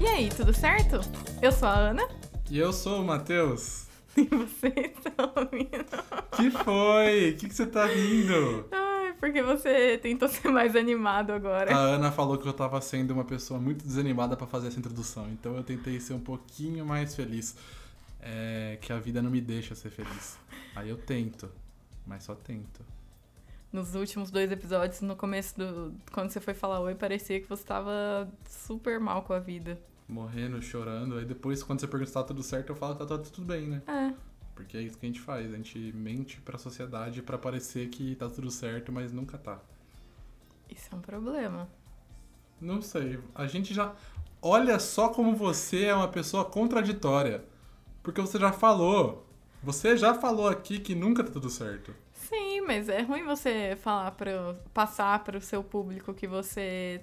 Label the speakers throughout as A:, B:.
A: E aí, tudo certo? Eu sou a Ana
B: E eu sou o Matheus.
A: e vocês estão ouvindo.
B: Que foi? O que, que você tá rindo?
A: Ai, porque você tentou ser mais animado
B: A
A: agora.
B: Ana falou que eu tava sendo uma pessoa muito desanimada pra fazer essa introdução, então eu tentei ser um pouquinho mais feliz. É, que a vida não me deixa ser feliz. Aí eu tento, mas só tento.
A: Nos últimos dois episódios, no começo do. Quando você foi falar oi, parecia que você tava super mal com a vida.
B: Morrendo, chorando, aí depois quando você pergunta se tá tudo certo, eu falo que tá tudo bem, né?
A: É.
B: Porque é isso que a gente faz, a gente mente pra sociedade pra parecer que tá tudo certo, mas nunca tá.
A: Isso é um problema.
B: Não sei. A gente já. Olha só como você é uma pessoa contraditória. Porque você já falou. Você já falou aqui que nunca tá tudo certo.
A: Sim, mas é ruim você falar para passar pro seu público que você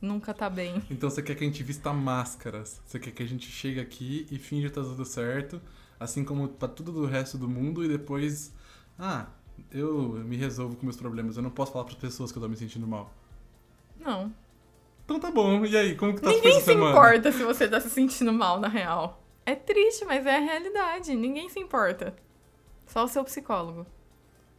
A: nunca tá bem.
B: Então você quer que a gente vista máscaras. Você quer que a gente chegue aqui e finge que tá tudo certo. Assim como tá tudo do resto do mundo e depois. Ah, eu me resolvo com meus problemas. Eu não posso falar pras pessoas que eu tô me sentindo mal.
A: Não.
B: Então tá bom. E aí, como que tá foi
A: Ninguém
B: essa
A: se
B: semana?
A: importa se você tá se sentindo mal, na real. É triste, mas é a realidade. Ninguém se importa. Só o seu psicólogo.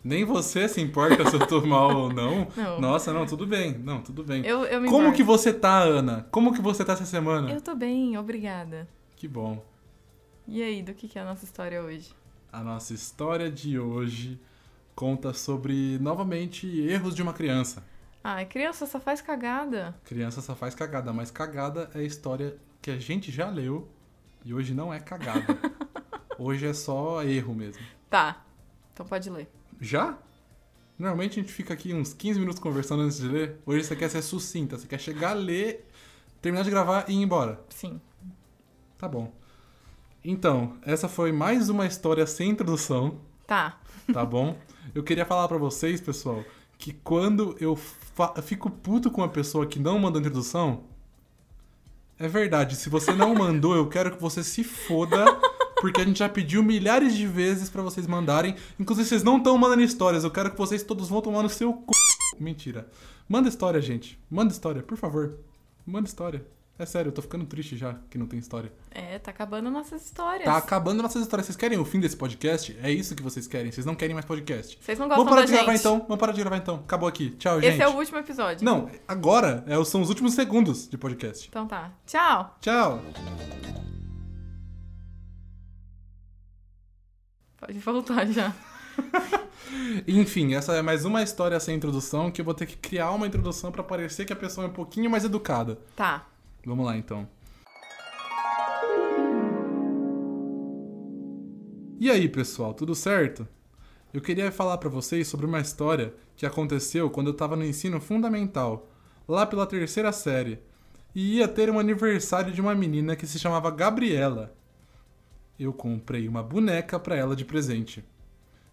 B: Nem você se importa se eu tô mal ou não.
A: Não.
B: Nossa, não, tudo bem. Não, tudo bem.
A: Eu, eu me
B: Como que
A: importo.
B: você tá, Ana? Como que você tá essa semana?
A: Eu tô bem, obrigada.
B: Que bom.
A: E aí, do que, que é a nossa história hoje?
B: A nossa história de hoje conta sobre, novamente, erros de uma criança.
A: Ah, criança só faz cagada.
B: Criança só faz cagada, mas cagada é história que a gente já leu e hoje não é cagada. hoje é só erro mesmo.
A: Tá. Então pode ler.
B: Já? Normalmente a gente fica aqui uns 15 minutos conversando antes de ler. Hoje você quer ser sucinta, você quer chegar a ler, terminar de gravar e ir embora.
A: Sim.
B: Tá bom. Então, essa foi mais uma história sem introdução.
A: Tá.
B: tá bom? Eu queria falar pra vocês, pessoal, que quando eu fa- fico puto com uma pessoa que não mandou introdução, é verdade. Se você não mandou, eu quero que você se foda, porque a gente já pediu milhares de vezes pra vocês mandarem. Inclusive, vocês não estão mandando histórias. Eu quero que vocês todos vão tomar no seu c... Mentira. Manda história, gente. Manda história, por favor. Manda história. É sério, eu tô ficando triste já que não tem história.
A: É, tá acabando nossas histórias.
B: Tá acabando nossas histórias. Vocês querem o fim desse podcast? É isso que vocês querem. Vocês não querem mais podcast.
A: Vocês não gostam
B: Vamos parar
A: da
B: de
A: gente.
B: gravar então. Vamos parar de gravar então. Acabou aqui. Tchau,
A: Esse
B: gente.
A: é o último episódio.
B: Não, agora é, são os últimos segundos de podcast.
A: Então tá. Tchau.
B: Tchau.
A: Pode voltar já.
B: Enfim, essa é mais uma história sem introdução que eu vou ter que criar uma introdução pra parecer que a pessoa é um pouquinho mais educada.
A: Tá.
B: Vamos lá então. E aí, pessoal, tudo certo? Eu queria falar pra vocês sobre uma história que aconteceu quando eu tava no ensino fundamental, lá pela terceira série, e ia ter um aniversário de uma menina que se chamava Gabriela. Eu comprei uma boneca pra ela de presente.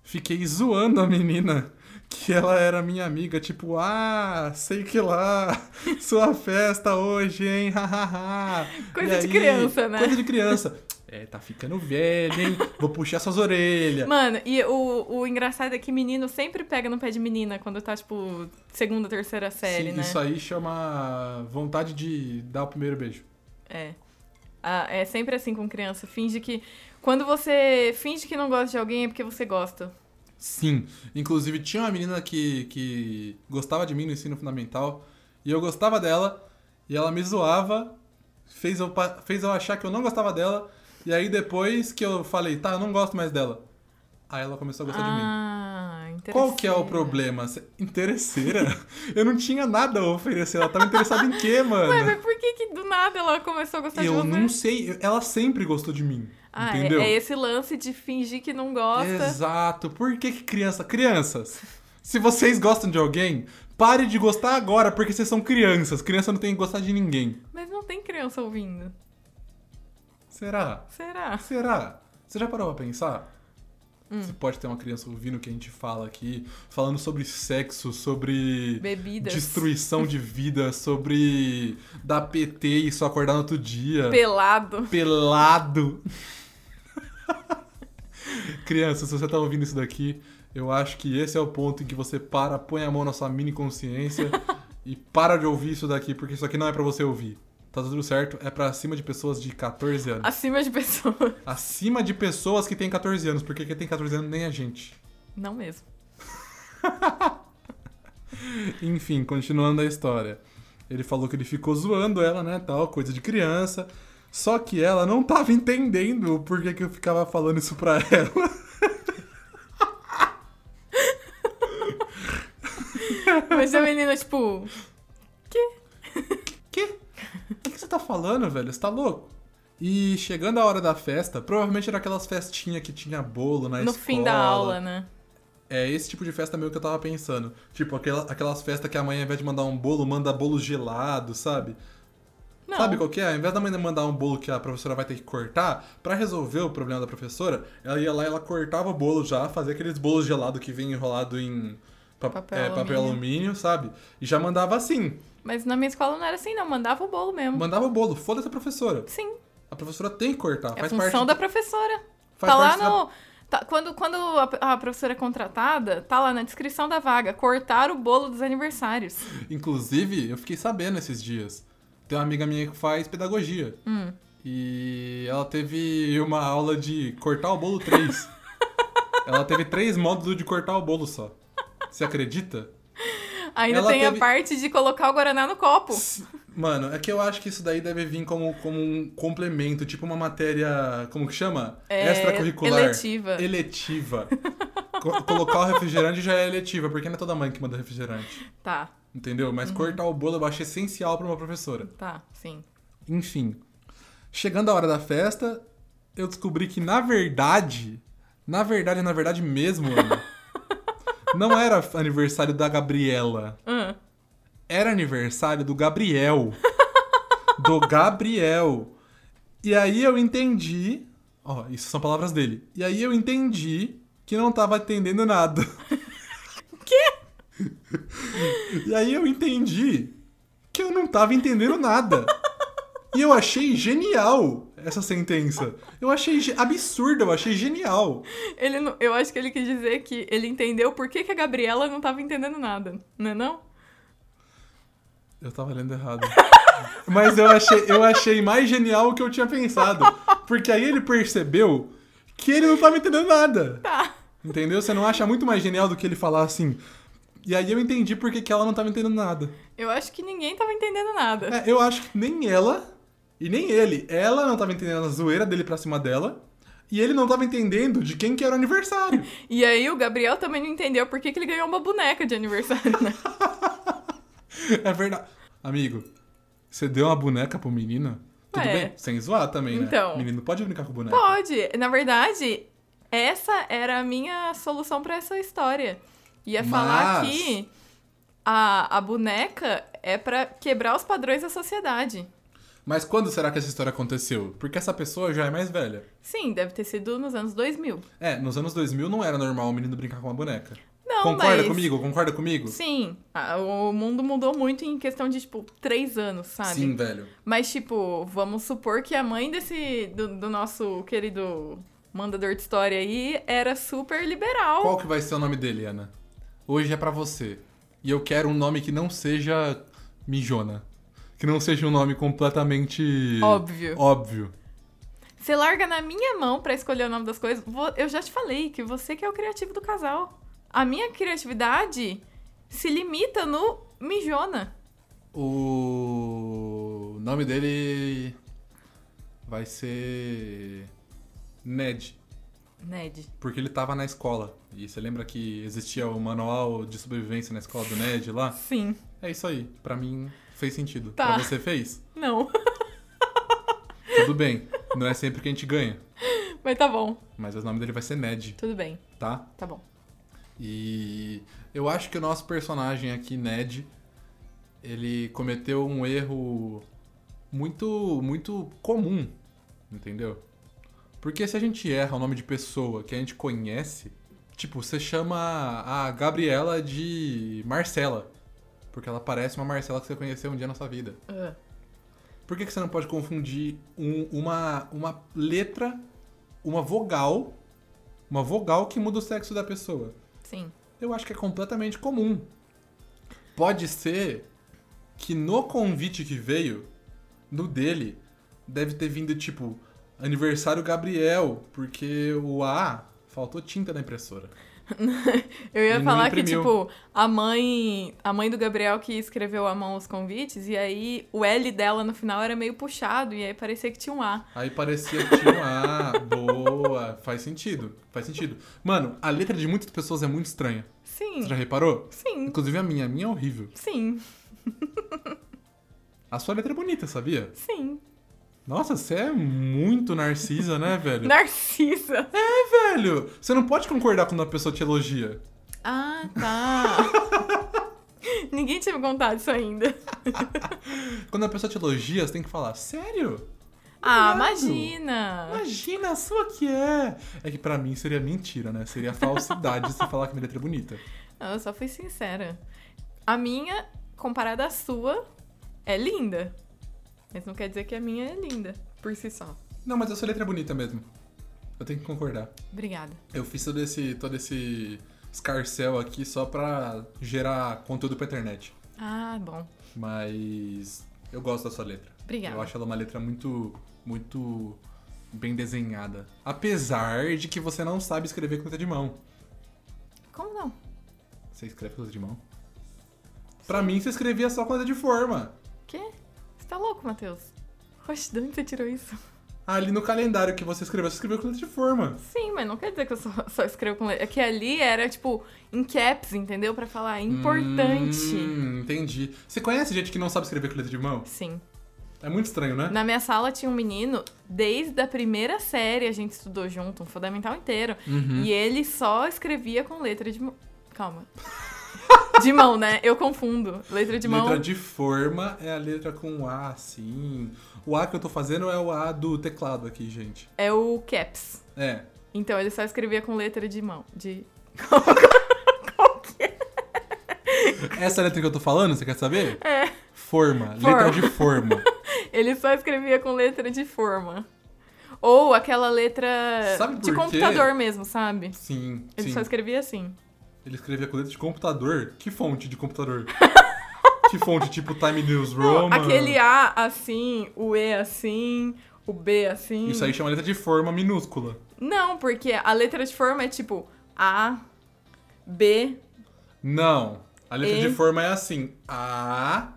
B: Fiquei zoando a menina que ela era minha amiga, tipo, ah, sei que lá, sua festa hoje, hein, hahaha.
A: Coisa
B: E
A: de criança, né?
B: Coisa de criança. É, tá ficando velha, hein? Vou puxar suas orelhas.
A: Mano, e o, o engraçado é que menino sempre pega no pé de menina quando tá, tipo, segunda, terceira série,
B: Sim,
A: né?
B: Isso aí chama vontade de dar o primeiro beijo.
A: É. Ah, é sempre assim com criança. Finge que. Quando você finge que não gosta de alguém é porque você gosta.
B: Sim. Inclusive, tinha uma menina que, que gostava de mim no ensino fundamental. E eu gostava dela. E ela me zoava. Fez eu, pa- fez eu achar que eu não gostava dela. E aí depois que eu falei, tá, eu não gosto mais dela. Aí ela começou a gostar de mim.
A: ah, interessante.
B: Qual que é o problema? Cê- Interesseira? eu não tinha nada a oferecer. Ela tava interessada em quê, mano?
A: Ué, mas por que, que do nada ela começou a gostar de
B: eu
A: você?
B: não sei. Ela sempre gostou de mim.
A: Tá Ah, é,
B: entendeu?
A: é esse lance de fingir que não gosta.
B: Exato. Por que, que criança. Crianças, se vocês gostam de alguém, pare de gostar agora, porque vocês são crianças. Criança não tem que gostar de ninguém.
A: Mas não tem criança ouvindo.
B: Será?
A: Será?
B: Será? Você já parou pra pensar?
A: Hum.
B: Você pode ter uma criança ouvindo o que a gente fala aqui, falando sobre sexo, sobre
A: Bebidas.
B: destruição de vida, sobre dar PT e só acordar no outro dia.
A: Pelado.
B: Pelado. Criança, se você tá ouvindo isso daqui, eu acho que esse é o ponto em que você para, põe a mão na sua mini consciência e para de ouvir isso daqui, porque isso aqui não é pra você ouvir. Tá tudo certo, é pra cima de pessoas de 14 anos.
A: Acima de pessoa.
B: Acima de pessoas que têm 14 anos, porque quem tem 14 anos nem a gente.
A: Não mesmo.
B: Enfim, continuando a história. Ele falou que ele ficou zoando ela, né, tal, coisa de criança. Só que ela não tava entendendo o porquê que eu ficava falando isso pra ela.
A: Mas a menina, tipo.
B: Quê? O que que você tá falando, velho? Você tá louco? E chegando a hora da festa, provavelmente era aquelas festinhas que tinha bolo na
A: no
B: escola.
A: fim da aula, né?
B: É esse tipo de festa meio que eu tava pensando. Tipo, aquela- aquelas festas que a mãe, ao invés de mandar um bolo, manda bolo gelado, sabe?
A: Não.
B: Sabe qual que é? Ao invés da mãe mandar um bolo que a professora vai ter que cortar, pra resolver o problema da professora, ela ia lá e ela cortava o bolo já, fazia aqueles bolos gelados que vem enrolado em pa-
A: Papel
B: é, papel
A: alumínio.
B: alumínio, sabe? E já mandava assim.
A: Mas na minha escola não era assim, não. Mandava o bolo mesmo.
B: Mandava o bolo, foda-se a professora.
A: Sim.
B: A professora tem que cortar.
A: É
B: faz
A: função
B: parte
A: da professora.
B: faz
A: tá lá
B: parte da-
A: no. tá- quando quando a, a professora é contratada, tá lá na descrição da vaga. Cortar o bolo dos aniversários.
B: Inclusive, eu fiquei sabendo esses dias. Tem uma amiga minha que faz pedagogia.
A: Hum.
B: E ela teve uma aula de cortar o bolo 3. ela teve três módulos de cortar o bolo só. Você acredita?
A: Ainda
B: Ela
A: tem
B: teve-
A: a parte de colocar o Guaraná no copo.
B: S- Mano, é que eu acho que isso daí deve vir como, como um complemento, tipo uma matéria. Como que chama?
A: É,
B: Extracurricular.
A: eletiva.
B: Eletiva. Co- colocar o refrigerante já é eletiva, porque não é toda mãe que manda refrigerante.
A: Tá,
B: Entendeu? Mas cortar o bolo eu acho essencial pra uma professora.
A: tá, sim.
B: Enfim, chegando a hora da festa, eu descobri que na verdade, na verdade, na verdade mesmo, Ana, não era f- aniversário da Gabriela,
A: Hum.
B: era aniversário do Gabriel. Do Gabriel. E aí eu entendi, ó, isso são palavras dele. E aí eu entendi que não tava entendendo nada. E aí eu entendi que eu não tava entendendo nada. E eu achei genial essa sentença. Eu achei ge- absurda, eu achei genial.
A: Ele não- eu acho que ele quis dizer que ele entendeu por que, que a Gabriela não tava entendendo nada, não é não?
B: Eu tava lendo errado. Mas eu achei, eu achei mais genial o que eu tinha pensado. Porque aí ele percebeu que ele não tava entendendo nada.
A: Tá.
B: Entendeu? Você não acha muito mais genial do que ele falar assim. E aí eu entendi por que que ela não tava entendendo nada.
A: Eu acho que ninguém tava entendendo nada.
B: É, eu acho que nem ela e nem ele. Ela não tava entendendo a zoeira dele pra cima dela. E ele não tava entendendo de quem que era o aniversário.
A: E aí o Gabriel também não entendeu por que, que ele ganhou uma boneca de aniversário, né?
B: É verdade. Amigo, você deu uma boneca pro menino? Tudo
A: É.
B: bem? Sem zoar também, né?
A: Então.
B: Menino pode brincar com boneca.
A: Pode. Na verdade, essa era a minha solução pra essa história. Ia falar
B: Mas-
A: que a, a boneca é pra quebrar os padrões da sociedade.
B: Mas quando será que essa história aconteceu? Porque essa pessoa já é mais velha.
A: Sim, deve ter sido nos anos 2000.
B: É, nos anos 2000 não era normal o menino brincar com uma boneca.
A: Não,
B: concorda
A: mas...
B: comigo? Concorda comigo?
A: Sim, a- o mundo mudou muito em questão de, tipo, três anos, sabe?
B: Sim, velho.
A: Mas, tipo, vamos supor que a mãe desse. do, do nosso querido mandador de história aí era super liberal.
B: Qual que vai ser o nome dele, Ana? Hoje é pra você. E eu quero um nome que não seja mijona. Que não seja um nome completamente...
A: Óbvio.
B: Óbvio.
A: Você larga na minha mão pra escolher o nome das coisas. Vo- Eu já te falei que você que é o criativo do casal. A minha criatividade se limita no mijona.
B: O nome dele vai ser Ned,
A: Ned.
B: porque ele tava na escola. E você lembra que existia o manual de sobrevivência na escola do Ned lá?
A: Sim.
B: É isso aí. Pra mim fez sentido.
A: Tá.
B: Pra você fez?
A: Não.
B: Tudo bem. Não é sempre que a gente ganha,
A: Mas tá bom.
B: mas o nome dele vai ser Ned,
A: Tudo bem.
B: tá?
A: Tá bom.
B: E eu acho que o nosso personagem aqui, Ned, ele cometeu um erro muito muito comum, entendeu? Porque se a gente erra o nome de pessoa que a gente conhece, tipo, você chama a Gabriela de Marcela, porque ela parece uma Marcela que você conheceu um dia na sua vida.
A: Ah,
B: Por que, que você não pode confundir um- uma, uma letra, uma vogal, uma vogal que muda o sexo da pessoa?
A: sim.
B: eu acho que é completamente comum. Pode ser que no convite que veio no dele deve ter vindo tipo aniversário Gabriel, porque o A faltou tinta na impressora.
A: Eu ia
B: Ele não
A: falar que,
B: imprimiu.
A: tipo, a mãe. A mãe do Gabriel que escreveu à mão os convites, e aí o L dela no final era meio puxado, e aí parecia que tinha um A.
B: Aí parecia que tinha um A, boa, faz sentido, faz sentido. Mano, a letra de muitas pessoas é muito estranha.
A: Sim.
B: Você já reparou?
A: Sim.
B: Inclusive a minha, a minha é horrível.
A: Sim.
B: A sua letra é bonita, sabia?
A: Sim.
B: Nossa, você é muito narcisa, né, velho?
A: Narcisa.
B: Velho, você não pode concordar quando uma pessoa te elogia.
A: Ah, tá. Ninguém tinha me contado isso ainda.
B: Quando a pessoa te elogia, você tem que falar, sério?
A: Ah,
B: Obrigado.
A: imagina.
B: Imagina a sua que é. É que pra mim seria mentira, né? Seria falsidade você falar que minha letra é bonita.
A: Não, eu só fui sincera. A minha, comparada à sua, é linda. Mas não quer dizer que a minha é linda, por si só.
B: Não, mas a sua letra é bonita mesmo. Eu tenho que concordar.
A: Obrigada.
B: Eu fiz todo esse, todo esse escarcel aqui só pra gerar conteúdo pra internet.
A: Ah, bom.
B: Mas eu gosto da sua letra.
A: Obrigada.
B: Eu acho ela uma letra muito, muito bem desenhada. Apesar de que você não sabe escrever com letra de mão.
A: Como não?
B: Você escreve com letra de mão? Pra mim, você escrevia só com letra de forma.
A: Quê? Você tá louco, Matheus? Oxe, de onde você tirou isso?
B: Ali no calendário que você escreveu, você escreveu com letra de forma.
A: Sim, mas não quer dizer que eu só, só escrevo com letra. É que ali era, tipo, em caps, entendeu? Pra falar "É importante.
B: Hum, entendi. Você conhece gente que não sabe escrever com letra de mão?
A: Sim.
B: É muito estranho, né?
A: Na minha sala tinha um menino, desde a primeira série a gente estudou junto, um fundamental inteiro.
B: Uhum.
A: E ele só escrevia com letra de mão. Calma. De mão, né? Eu confundo. Letra de mão.
B: Letra de forma é a letra com A, sim. O A que eu tô fazendo é o A do teclado aqui, gente.
A: É o caps.
B: É.
A: Então ele só escrevia com letra de mão. De.
B: Essa letra que eu tô falando, você quer saber? É. Forma.
A: Forma.
B: Letra de forma.
A: Ele só escrevia com letra de forma. Ou aquela letra
B: Sabe por
A: de
B: quê?
A: computador mesmo, sabe?
B: Sim,
A: Ele
B: sim.
A: só escrevia assim.
B: Ele escrevia com letra de computador. Que fonte de computador? que fonte? Tipo Time News
A: Não,
B: Roman?
A: aquele A assim, o E assim, o B assim.
B: Isso aí chama letra de forma minúscula.
A: Não, porque a letra de forma é tipo A, B,
B: Não. A letra
A: E?
B: de forma é assim. A,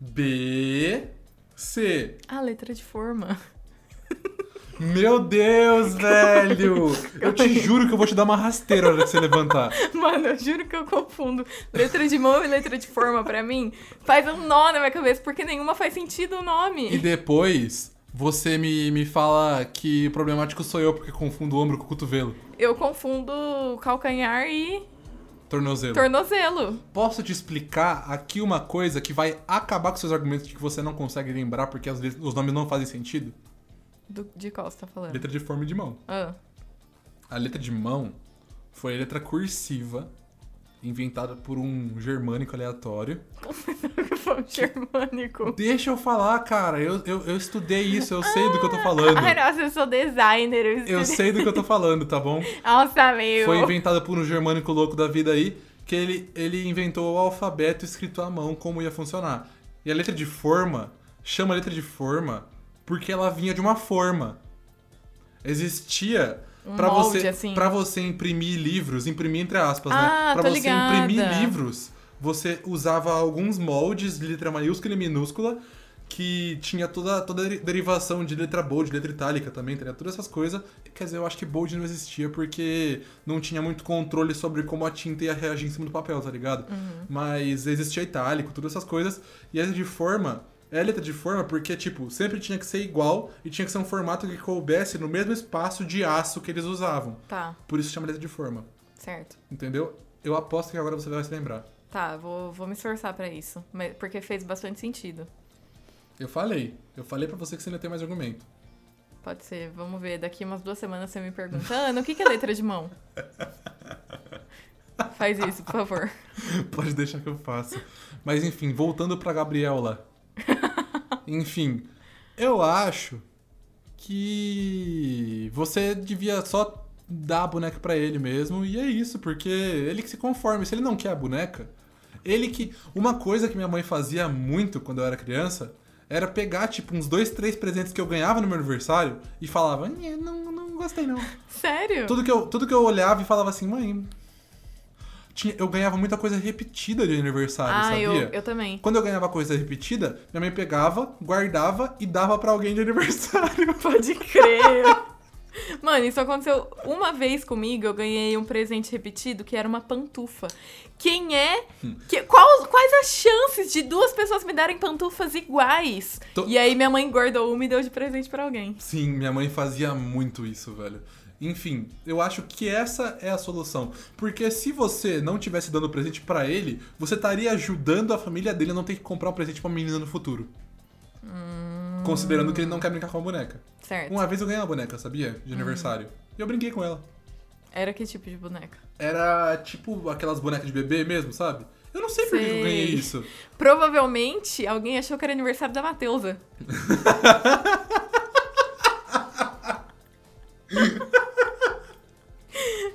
B: B, C.
A: a letra de forma.
B: Meu Deus, velho! Eu te juro que eu vou te dar uma rasteira na hora que você levantar.
A: Mano, eu juro que eu confundo letra de mão e letra de forma pra mim. Faz um nó na minha cabeça, porque nenhuma faz sentido o
B: E
A: nome.
B: depois você me, me fala que o problemático sou eu, porque confundo o ombro com o cotovelo.
A: Eu confundo calcanhar e
B: Tornozelo.
A: tornozelo.
B: Posso te explicar aqui uma coisa que vai acabar com seus argumentos de que você não consegue lembrar porque às vezes os nomes não fazem sentido?
A: Do, de qual você tá falando?
B: Letra de forma e de mão.
A: Ah,
B: A letra de mão foi a letra cursiva inventada por um germânico aleatório.
A: foi um germânico.
B: Deixa eu falar, cara. Eu, eu, eu estudei isso, eu sei do que eu tô falando.
A: Ai, nossa, eu sou designer. Eu,
B: Eu
A: estudei-
B: sei do que eu tô falando, tá bom?
A: Nossa, meu.
B: Foi inventada por um germânico louco da vida aí, que ele, ele inventou o alfabeto escrito à mão, como ia funcionar. E a letra de forma, chama letra de forma, porque ela vinha de uma forma. Existia
A: Um
B: pra
A: molde,
B: você
A: assim.
B: para você imprimir livros, imprimir entre aspas,
A: Ah,
B: né? Pra
A: tô
B: você
A: ligada.
B: imprimir livros, você usava alguns moldes de letra maiúscula e minúscula que tinha toda toda a deri- derivação de letra bold, letra itálica também, tá ligado? todas essas coisas. Quer dizer, eu acho que bold não existia porque não tinha muito controle sobre como a tinta ia reagir em cima do papel, tá ligado?
A: Uhum.
B: Mas existia itálico, todas essas coisas. E a letra de forma é letra de forma porque, tipo, sempre tinha que ser igual e tinha que ser um formato que coubesse no mesmo espaço de aço que eles usavam.
A: Tá,
B: Por isso chama letra de forma,
A: certo.
B: entendeu? Eu aposto que agora você vai se lembrar.
A: Tá, vou, vou me esforçar pra isso. mas- Porque fez bastante sentido.
B: Eu falei. Eu falei pra você que você ainda tem mais argumento.
A: Pode ser, vamos ver. Daqui umas duas semanas você me pergunta, Ana, o que que é letra de mão? Faz isso, por favor.
B: Pode deixar que eu faça. Mas enfim, voltando pra Gabriela. enfim, eu acho que você devia só dar a boneca pra ele mesmo e é isso, porque ele que se conforme, se ele não quer a boneca, ele que uma coisa que minha mãe fazia muito quando eu era criança era pegar, tipo, uns dois, três presentes que eu ganhava no meu aniversário e falava, "Nhê, não, não gostei não.
A: Sério?
B: Tudo que, eu, tudo que eu olhava e falava assim, mãe. tinha- eu ganhava muita coisa repetida de aniversário,
A: ah,
B: sabia?
A: eu, eu também.
B: Quando eu ganhava coisa repetida, minha mãe pegava, guardava e dava pra alguém de aniversário.
A: Pode crer. Mano, isso aconteceu uma vez comigo. Eu ganhei um presente repetido que era uma pantufa. Quem é?
B: Hum.
A: que- qual- quais as chances de duas pessoas me darem pantufas iguais?
B: Tô-
A: E aí minha mãe guardou uma e deu de presente pra alguém.
B: Sim, minha mãe fazia muito isso, velho. Enfim, eu acho que essa é a solução. Porque se você não tivesse dando presente pra ele, você estaria ajudando a família dele a não ter que comprar um presente pra uma menina no futuro. Considerando que ele não quer brincar com a boneca.
A: Certo.
B: Uma vez eu ganhei uma boneca, sabia?
A: Hum.
B: De aniversário. E eu brinquei com ela.
A: Era que tipo de boneca?
B: Era tipo aquelas bonecas de bebê mesmo, sabe? Eu não sei por que que eu
A: Sei.
B: ganhei isso.
A: Provavelmente alguém achou que era aniversário da Mateusa.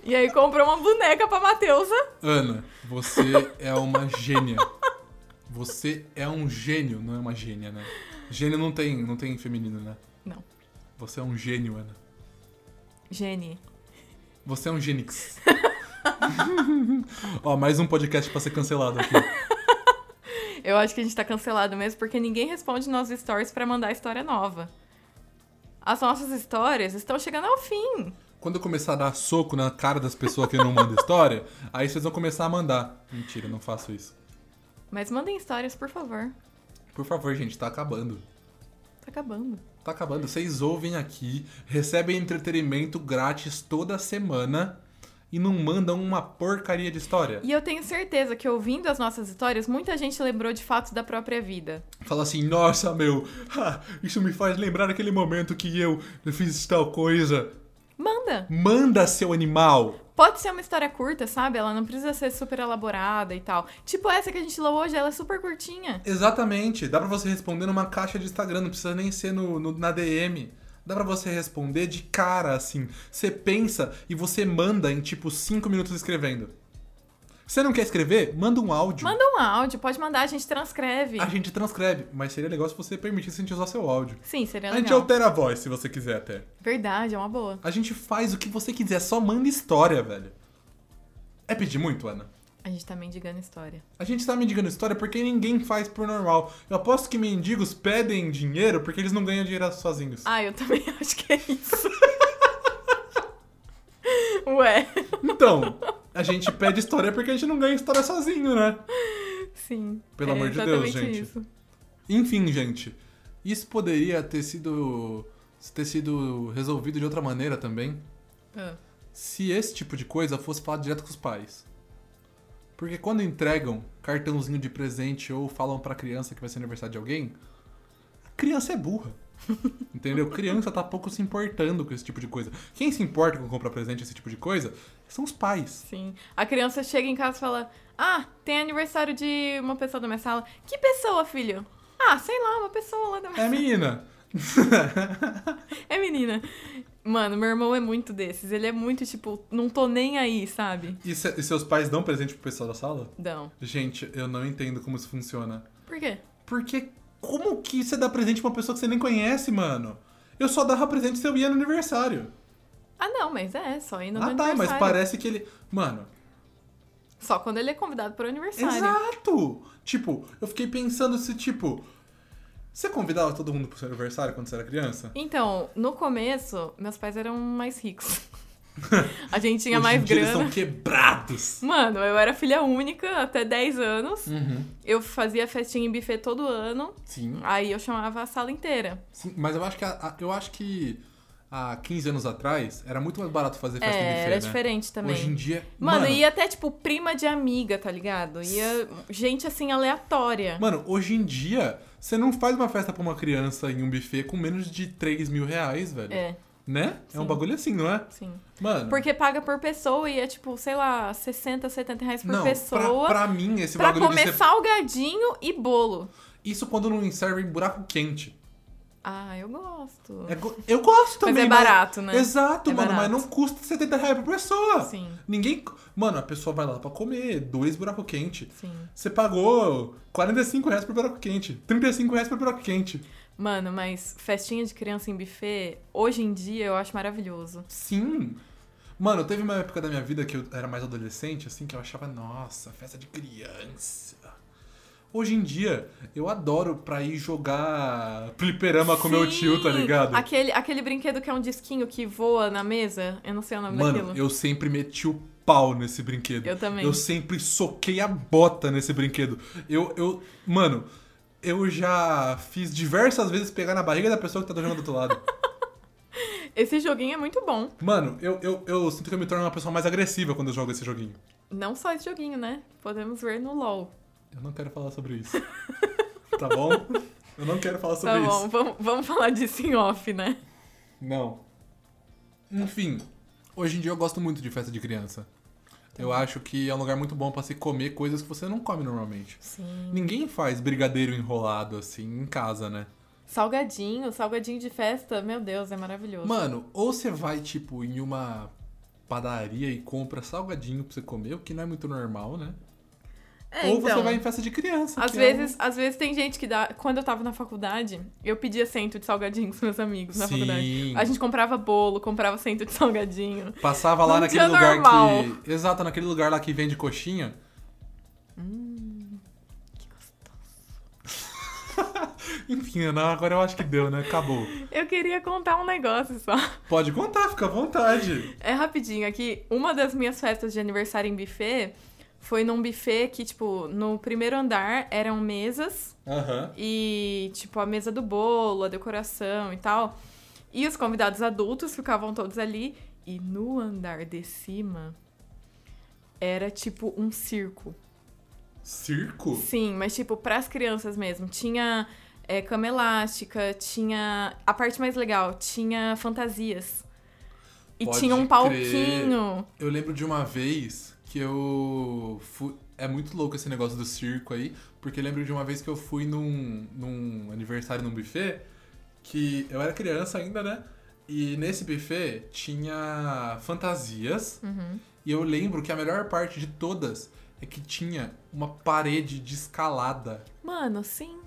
A: e aí comprou uma boneca pra Mateusa.
B: Ana, você é uma gênia. Você é um gênio, não é uma gênia, né? Gênio não tem, não tem feminino, né?
A: Não.
B: Você é um gênio, Ana.
A: Gene.
B: Você é um gênix. Ó, mais um podcast pra ser cancelado aqui.
A: Eu acho que a gente tá cancelado mesmo, porque ninguém responde nossos stories pra mandar história nova. As nossas histórias estão chegando ao fim.
B: Quando eu começar a dar soco na cara das pessoas que não mandam história, aí vocês vão começar a mandar. Mentira, não faço isso.
A: Mas mandem histórias, por favor.
B: Por favor, gente, tá acabando.
A: Tá acabando.
B: Tá acabando. Vocês ouvem aqui, recebem entretenimento grátis toda semana e não mandam uma porcaria de história.
A: E eu tenho certeza que ouvindo as nossas histórias, muita gente lembrou de fatos da própria vida.
B: Fala assim, nossa, meu, ha, isso me faz lembrar aquele momento que eu fiz tal coisa.
A: Manda!
B: Manda, seu animal!
A: Pode ser uma história curta, sabe? Ela não precisa ser super elaborada e tal. Tipo essa que a gente leu hoje, ela é super curtinha.
B: Exatamente, dá pra você responder numa caixa de Instagram, não precisa nem ser no, no- na DM. Dá pra você responder de cara, assim. Você pensa e você manda em tipo 5 minutos escrevendo. Você não quer escrever? Manda um áudio.
A: Manda um áudio, pode mandar, a gente transcreve.
B: A gente transcreve, mas seria legal se você permitisse a gente usar seu áudio.
A: Sim, seria
B: A gente
A: É legal.
B: altera a voz, se você quiser até.
A: Verdade, é uma boa.
B: A gente faz o que você quiser, só manda história, velho. É pedir muito, Ana?
A: A gente tá mendigando história.
B: A gente tá mendigando história porque ninguém faz por normal. Eu aposto que mendigos pedem dinheiro porque eles não ganham dinheiro sozinhos.
A: Ah, eu também acho que é isso. Ué,
B: Então, a gente pede história porque a gente não ganha história sozinho, né?
A: sim.
B: Pelo
A: é
B: amor de Deus,
A: exatamente
B: gente.
A: Isso.
B: Enfim, gente, isso poderia ter sido ter sido resolvido de outra maneira também.
A: Ah,
B: se esse tipo de coisa fosse falado direto com os pais. Porque quando entregam cartãozinho de presente ou falam pra criança que vai ser aniversário de alguém, a criança é burra. Entendeu? Criança tá pouco se importando com esse tipo de coisa. Quem se importa com comprar presente, esse tipo de coisa, são os pais.
A: sim. A criança chega em casa e fala: Ah, tem aniversário de uma pessoa da minha sala. Que pessoa, filho? Ah, sei lá, uma pessoa lá da minha
B: É, menina.
A: É menina. Mano, meu irmão é muito desses. Ele é muito tipo, não tô nem aí, sabe?
B: E, se- e seus pais dão presente pro pessoal da sala?
A: Não.
B: Gente, eu não entendo como isso funciona.
A: Por quê?
B: Porque como que você dá presente pra uma pessoa que você nem conhece, mano? Eu só dava presente se eu ia no aniversário.
A: Ah, não, mas é, só indo no
B: Ah tá, mas
A: aniversário.
B: parece que ele. Mano,
A: Só quando ele é convidado pro aniversário.
B: exato! Tipo, eu fiquei pensando se, tipo. Você convidava todo mundo pro seu aniversário quando você era criança?
A: Então, no começo, meus pais eram mais ricos. A gente tinha
B: Hoje em
A: mais
B: dia
A: grana.
B: Eles são quebrados!
A: Mano, eu era filha única até 10 anos. Eu fazia festinha em buffet todo ano.
B: Uhum, Sim,
A: Aí eu chamava a sala inteira.
B: sim, mas eu acho que a- a- eu acho que há 15 anos atrás era muito mais barato fazer festa em
A: é,
B: buffet,
A: era
B: né?
A: diferente também.
B: Hoje em dia.
A: Mano,
B: mano,
A: ia até, tipo, prima de amiga, tá ligado? Ia gente, assim, aleatória.
B: mano, hoje em dia, você não faz uma festa pra uma criança em um buffet com menos de 3 mil reais, velho.
A: É,
B: Né? É um
A: Sim.
B: bagulho assim, não é?
A: sim.
B: Mano.
A: Porque paga por pessoa e é, tipo, sei lá, 60, 70 reais por
B: não, pra-
A: pessoa. Pra,
B: pra, mim, esse bagulho de
A: comer
B: ser
A: salgadinho e bolo.
B: Isso quando não serve em buraco quente.
A: Ah, eu gosto.
B: É go- eu gosto
A: Mas
B: também.
A: é barato, né?
B: Exato,
A: É
B: mano, mas
A: barato.
B: não custa 70 reais por pessoa.
A: Sim,
B: Ninguém. Mano, a pessoa vai lá pra comer dois buraco quente.
A: sim.
B: Você pagou 45 reais por buraco quente, 35 reais por buraco quente.
A: Mano, mas festinha de criança em buffet, hoje em dia eu acho maravilhoso.
B: Sim. Mano, teve uma época da minha vida que eu era mais adolescente, assim, que eu achava, nossa, festa de criança. Hoje em dia, eu adoro pra ir jogar fliperama com meu
A: Sim!
B: tio, tá ligado?
A: Aquele, aquele brinquedo que é um disquinho que voa na mesa. Eu não sei o nome
B: Mano,
A: daquilo.
B: eu sempre meti o pau nesse brinquedo.
A: Eu também.
B: Eu sempre soquei a bota nesse brinquedo. Eu, eu, mano, eu já fiz diversas vezes pegar na barriga da pessoa que tá jogando do outro lado.
A: Esse joguinho é muito bom.
B: Mano, eu, eu, eu sinto que eu me torno uma pessoa mais agressiva quando eu jogo esse joguinho.
A: Não só esse joguinho, né? Podemos ver no LOL.
B: Eu não quero falar sobre isso. tá bom? Eu não quero falar
A: Tá
B: sobre
A: bom,
B: isso.
A: vamos, vamos falar disso em off, né?
B: Não. Enfim, hoje em dia eu gosto muito de festa de criança. Eu acho que é um lugar muito bom pra se comer coisas que você não come normalmente.
A: Sim.
B: Ninguém faz brigadeiro enrolado assim em casa, né?
A: Salgadinho, salgadinho de festa, meu Deus, é maravilhoso.
B: Mano, ou você vai, tipo, em uma padaria e compra salgadinho pra você comer, o que não é muito normal, né?
A: é,
B: ou
A: então,
B: você vai em festa de criança.
A: Às
B: que é um-
A: vezes, às vezes tem gente que dá. Quando eu tava na faculdade, eu pedia cento de salgadinho com meus amigos na
B: Sim.
A: faculdade. A gente comprava bolo, comprava cento de salgadinho.
B: Passava lá
A: Num
B: naquele
A: dia
B: lugar
A: normal.
B: que. Exato, naquele lugar lá que vende coxinha.
A: Hum,
B: Enfim, Ana, agora eu acho que deu, né? Acabou.
A: Eu queria contar um negócio só.
B: Pode contar, fica à vontade.
A: É rapidinho aqui. Uma das minhas festas de aniversário em buffet foi num buffet que, tipo, no primeiro andar eram mesas
B: Aham.
A: e, tipo, a mesa do bolo, a decoração e tal. E os convidados adultos ficavam todos ali. E no andar de cima era tipo um circo.
B: Circo?
A: Sim, mas tipo, pras crianças mesmo. Tinha é, cama elástica, tinha. A parte mais legal, tinha fantasias. E
B: Pode
A: tinha um
B: crer.
A: palquinho.
B: Eu lembro de uma vez que eu fui. É muito louco esse negócio do circo aí, porque eu lembro de uma vez que eu fui num, num aniversário num buffet, que eu era criança ainda, né? E nesse buffet tinha fantasias,
A: Uhum.
B: e eu lembro que a melhor parte de todas é que tinha uma parede de escalada.
A: Mano, sim.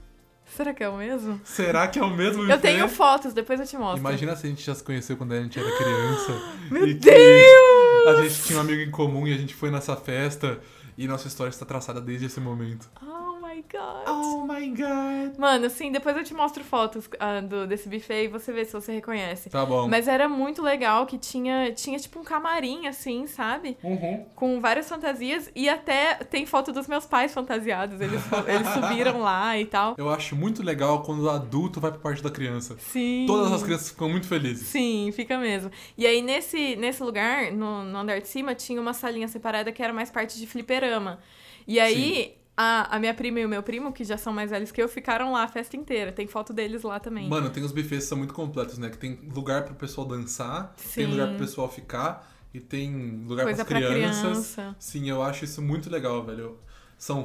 A: Será que é o mesmo?
B: Será que é o mesmo buffet?
A: Eu tenho fotos, depois eu te mostro.
B: Imagina se a gente já se conheceu quando a gente era criança.
A: Meu
B: e que
A: Deus!
B: A gente tinha um amigo em comum e a gente foi nessa festa e nossa história está traçada desde esse momento.
A: Oh my god.
B: Oh my god!
A: Mano, sim, depois eu te mostro fotos ah, do, desse buffet e você vê se você reconhece.
B: Tá bom.
A: Mas era muito legal que tinha, tinha tipo um camarim, assim, sabe?
B: Uhum.
A: Com várias fantasias e até tem foto dos meus pais fantasiados. Eles, fo- eles subiram lá e tal.
B: Eu acho muito legal quando o adulto vai pra parte da criança.
A: Sim.
B: Todas as crianças ficam muito felizes.
A: Sim, fica mesmo. E aí, nesse, nesse lugar, no, no andar de cima, tinha uma salinha separada que era mais parte de fliperama. E aí, a, a minha prima e o meu primo, que já são mais velhos que eu, ficaram lá a festa inteira. Tem foto deles lá também.
B: Mano, tem os buffets que são muito completos, né? Que tem lugar pro pessoal dançar, tem
A: Sim.
B: lugar pro pessoal ficar e tem lugar
A: Coisa
B: pras
A: pra
B: crianças.
A: criança.
B: Sim, eu acho isso muito legal, velho. São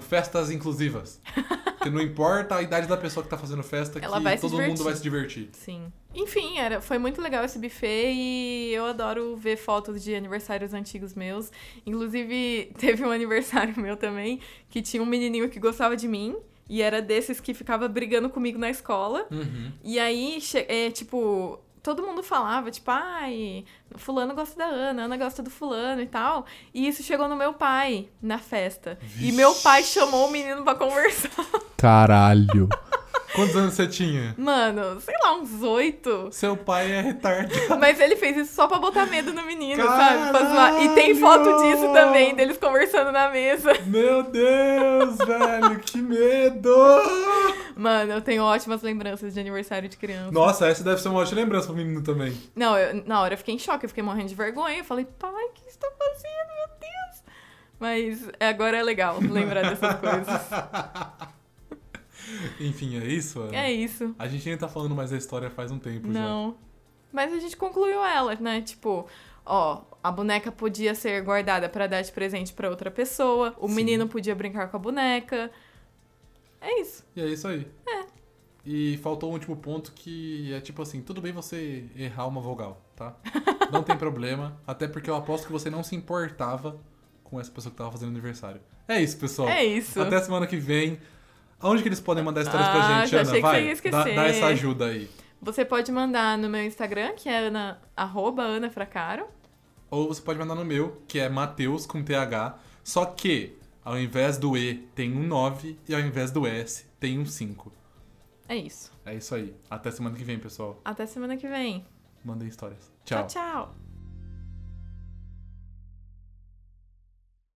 B: festas inclusivas. que não importa a idade da pessoa que tá fazendo festa,
A: Ela
B: que
A: vai se
B: todo
A: divertir.
B: mundo vai se divertir.
A: Sim. Enfim, era, foi muito legal esse buffet e eu adoro ver fotos de aniversários antigos meus. Inclusive, teve um aniversário meu também que tinha um menininho que gostava de mim e era desses que ficava brigando comigo na escola.
B: Uhum.
A: E aí, che- é, tipo, todo mundo falava, tipo, ai, fulano gosta da Ana, Ana gosta do fulano e tal. E isso chegou no meu pai na festa. E meu pai chamou o menino pra conversar.
B: Caralho. Quantos anos você tinha?
A: Mano, sei lá, uns oito.
B: Seu pai é retardado.
A: Mas ele fez isso só pra botar medo no menino, sabe? Pra
B: Caralho!
A: zoar. E tem foto disso também, deles conversando na mesa.
B: Meu Deus, velho, que medo!
A: Mano, eu tenho ótimas lembranças de aniversário de criança.
B: Nossa, essa deve ser uma ótima lembrança pro menino também.
A: Não, eu- na hora eu fiquei em choque, eu fiquei morrendo de vergonha. Eu falei, pai, o que você tá fazendo? Meu Deus! Mas é, agora é legal lembrar dessas coisas.
B: Enfim, é isso? Ana?
A: É isso.
B: A gente nem tá falando mais da história faz um tempo já.
A: Não. Mas a gente concluiu ela, né? Tipo, ó, a boneca podia ser guardada pra dar de presente pra outra pessoa, o
B: Sim.
A: menino podia brincar com a boneca. É isso.
B: E é isso aí. E faltou um último ponto que é tipo assim, tudo bem você errar uma vogal, tá? Não tem problema, até porque eu aposto que você não se importava com essa pessoa que tava fazendo aniversário. É isso, pessoal.
A: É isso.
B: Até semana que vem. Aonde que eles podem mandar histórias pra
A: Ah,
B: gente,
A: já
B: Ana?
A: achei que
B: Vai,
A: você ia
B: dá,
A: esquecer.
B: dá essa ajuda aí.
A: Você pode mandar no meu Instagram, que é ana, arroba Ana Fracaro.
B: Ou você pode mandar no meu, que é Mateus com TH. Só que ao invés do E tem um 9 e ao invés do S tem um 5.
A: É isso.
B: É isso aí. Até semana que vem, pessoal.
A: Até semana que vem.
B: Mandem histórias.
A: tchau. tchau.